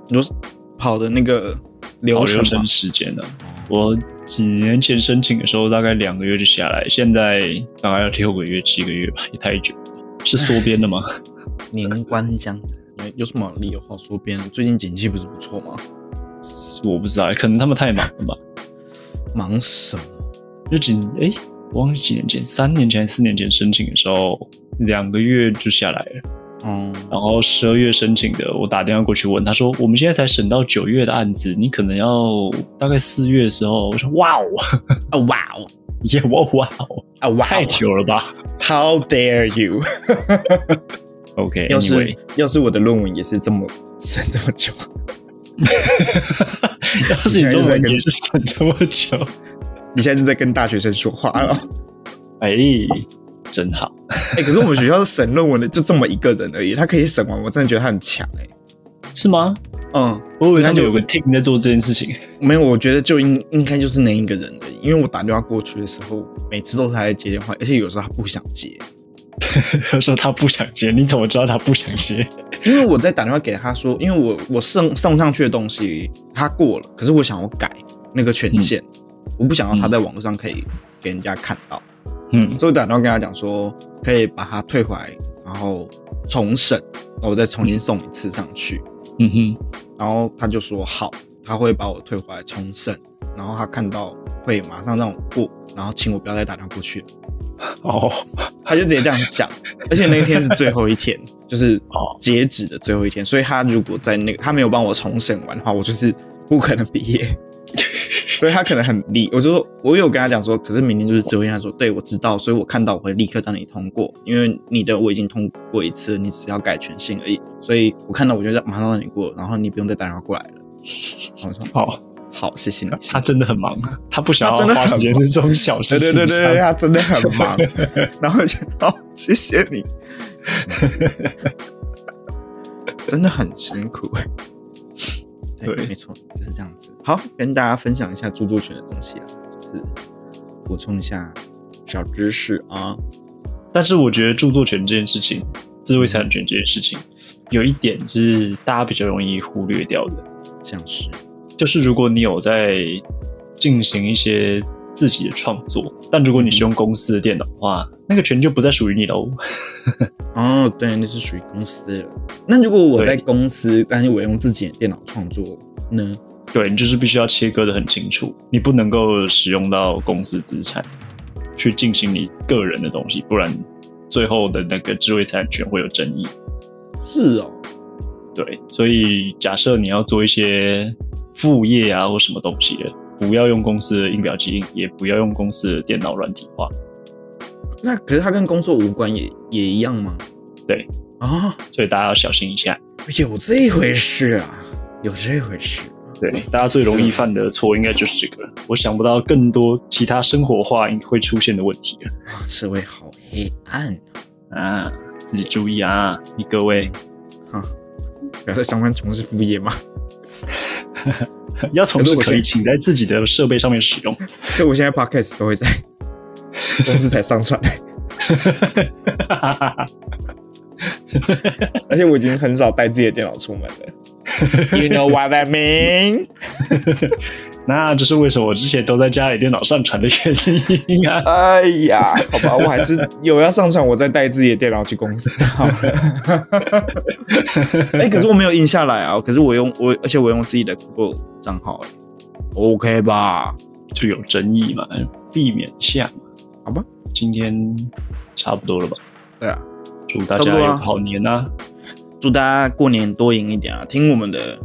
你说跑的那个好流程流嘛程时间呢、我几年前申请的时候，大概两个月就下来，现在大概要六个月、七个月吧，也太久了。是缩编的吗？ 年关将近，有有什么理由好说别人最近景气不是不错吗？我不知道，可能他们太忙了吧。忙什么？就几哎、我忘记几年前，三年前还是四年前申请的时候，两个月就下来了。嗯，然后十二月申请的，我打电话过去问，他说我们现在才审到九月的案子，你可能要大概四月的时候。我说哇哦， 啊哇哦，耶哇哇哦，啊哇哦太久了吧，How dare you！ ？OK，要是 anyway 要是我的论文也是这么审这么久， 要是你论文也是审这么久，你现在就在跟大学生说话了。 哎，真好。 哎、可是我们学校审论文的就这么一个人而已，他可以审完，我真的觉得他很强哎、是吗？嗯，我以为他那们就有个 team 在做这件事情。 没有，我觉得就应应该就是那一个人而已，因为我打电话过去的时候，每次都是他在接电话，而且有时候他不想接，他说他不想接，你怎么知道他不想接？因为我在打电话给他说，因为我我送送上去的东西他过了，可是我想要改那个权限，我不想要他在网络上可以给人家看到。嗯，所以我打电话跟他讲说，可以把它退回来，然后重审，然后我再重新送一次上去。嗯哼，然后他就说好，他会把我退回来重审，然后他看到会马上让我过，然后请我不要再打电话过去了。哦，他就直接这样讲，而且那一天是最后一天，就是哦截止的最后一天，所以他如果在那个他没有帮我重审完的话，我就是不可能毕业。所以他可能很厉，我就说，我有跟他讲说，可是明天就是最后一天。他说，对我知道，所以我看到我会立刻让你通过，因为你的我已经通过一次了，你只要改权限而已。所以我看到我就让马上让你过，然后你不用再打电话过来了。然后我说好，好，谢谢你。哦他真的很忙，啊他不想他真的要花很时间在这种小事对对对情对对，上。他真的很 忙，然后就哦，谢谢你，真的很辛苦哎。对没错，就是这样子。好，跟大家分享一下著作权的东西啊，就是补充一下小知识啊。但是我觉得著作权这件事情，智慧财产权这件事情，有一点是大家比较容易忽略掉的，像是，就是如果你有在进行一些自己的创作，但如果你是用公司的电脑的话，那个权就不再属于你喽。哦，对，那是属于公司了。那如果我在对公司，但是我用自己的电脑创作呢？ 对你就是必须要切割的很清楚，你不能够使用到公司资产去进行你个人的东西，不然最后的那个智慧财产权会有争议。是哦，对，所以假设你要做一些副业啊或什么东西的，不要用公司的印表机，也不要用公司的电脑软体化。那可是它跟工作无关也，也一样吗？对啊、所以大家要小心一下。有这一回事啊，有这一回事。对，大家最容易犯的错应该就是这个了。我想不到更多其他生活化会出现的问题了啊，社会好黑暗啊啊！自己注意啊，你各位。！ 哈不要在上班从事副业嘛。要从可是事我可现以，请在自己的设备上面使用。 就我现在 podcast 都会在公司才上传， 而且我已经很少带自己的电脑出门了。You know what I mean？那这是为什么我之前都在家里电脑上传的原因啊？ 哎呀，好吧，我还是 有要上传，我再带自己的电脑去公司好了。 哎、可是我没有印下来啊，可是我用我，而且我用自己的 Google 账号、哎 o k 吧？就有争议嘛，避免一下嘛。好吧，今天差不多了吧？对啊，祝大差家不多啊有个好年啊！祝大家过年多赢一点啊！听我们的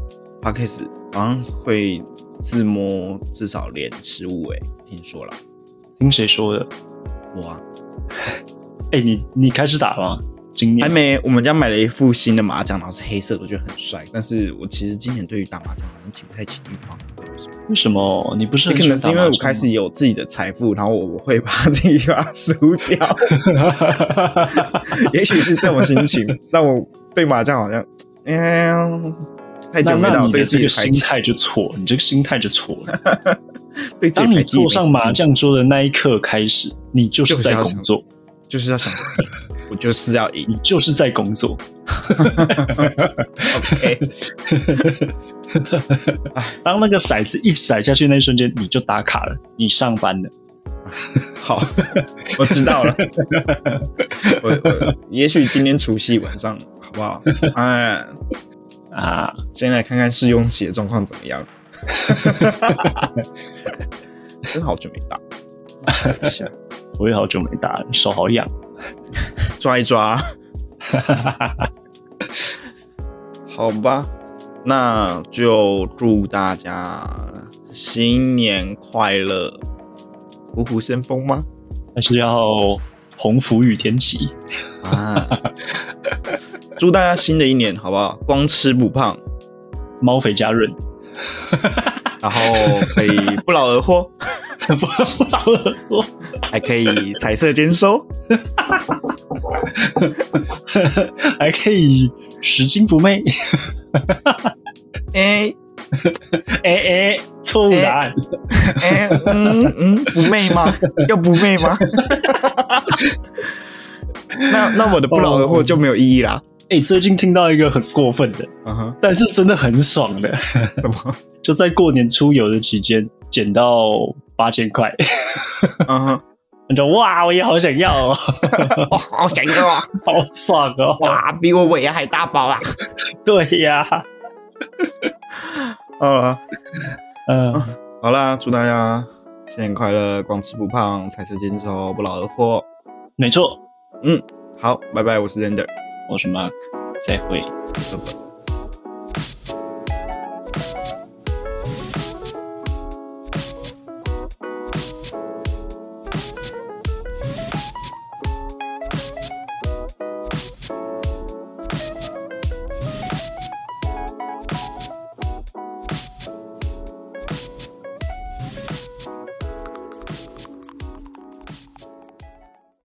podcast 好像会自摸至少连十五哎，听说了，听谁说的？哇，哎、你你开始打吗？今年还没，我们家买了一副新的麻将，然后是黑色的，我觉得很帅。但是我其实今年对于打麻将好像挺不太情欲狂，不知道为什么？为什么你不是也很可能是因为我喜欢开始有自己的财富，然后我会把自己把它输掉。 打麻将吗？也许是这种心情，让我对麻将好像，嗯，太那久没那打，你对的自这己个排心挤，态就错，你这个心态就错了。对自己当排你挤也没坐上什么麻兴趣，将桌的那一刻开始，你就是就是在要工想作，就是要想赢，我就是要 赢。你就是在工作。 OK，当那个骰子一甩下去那一瞬间，你就打卡了，你上班了。好， 我知道了。我我也许今天除夕晚上好不好？哎。啊，先来看看试用期的状况怎么样。真好久没打，一下我也好久没打了，手好痒。抓一抓。好吧，那就祝大家新年快乐，虎虎生风吗？但是要鸿福与天齐，啊， 祝大家新的一年好不好？光吃不胖，猫肥加润， 然后可以不劳而获， 不不劳而获。还可以彩色兼收。还可以拾金不昧。 哎、哎哎，错误答案，哎、嗯嗯，不媚 吗？又不媚吗？ 那那我的不劳而获就没有意义啦。哎、最近听到一个很过分的，嗯哼，但是真的很爽的，怎 Uh-huh， 么？就在过年出游的期间捡到八千块， 嗯哼，我就哇，我也好想要哦， 哦，好想要啊！好爽哦，哇，比我尾牙还大包啊！对呀、 好了，嗯、好啦，祝大家新年快乐，光吃不胖，彩色兼收，不劳而获。没错，嗯，好，拜拜，我是 Render。我是 Mark，再会。拜拜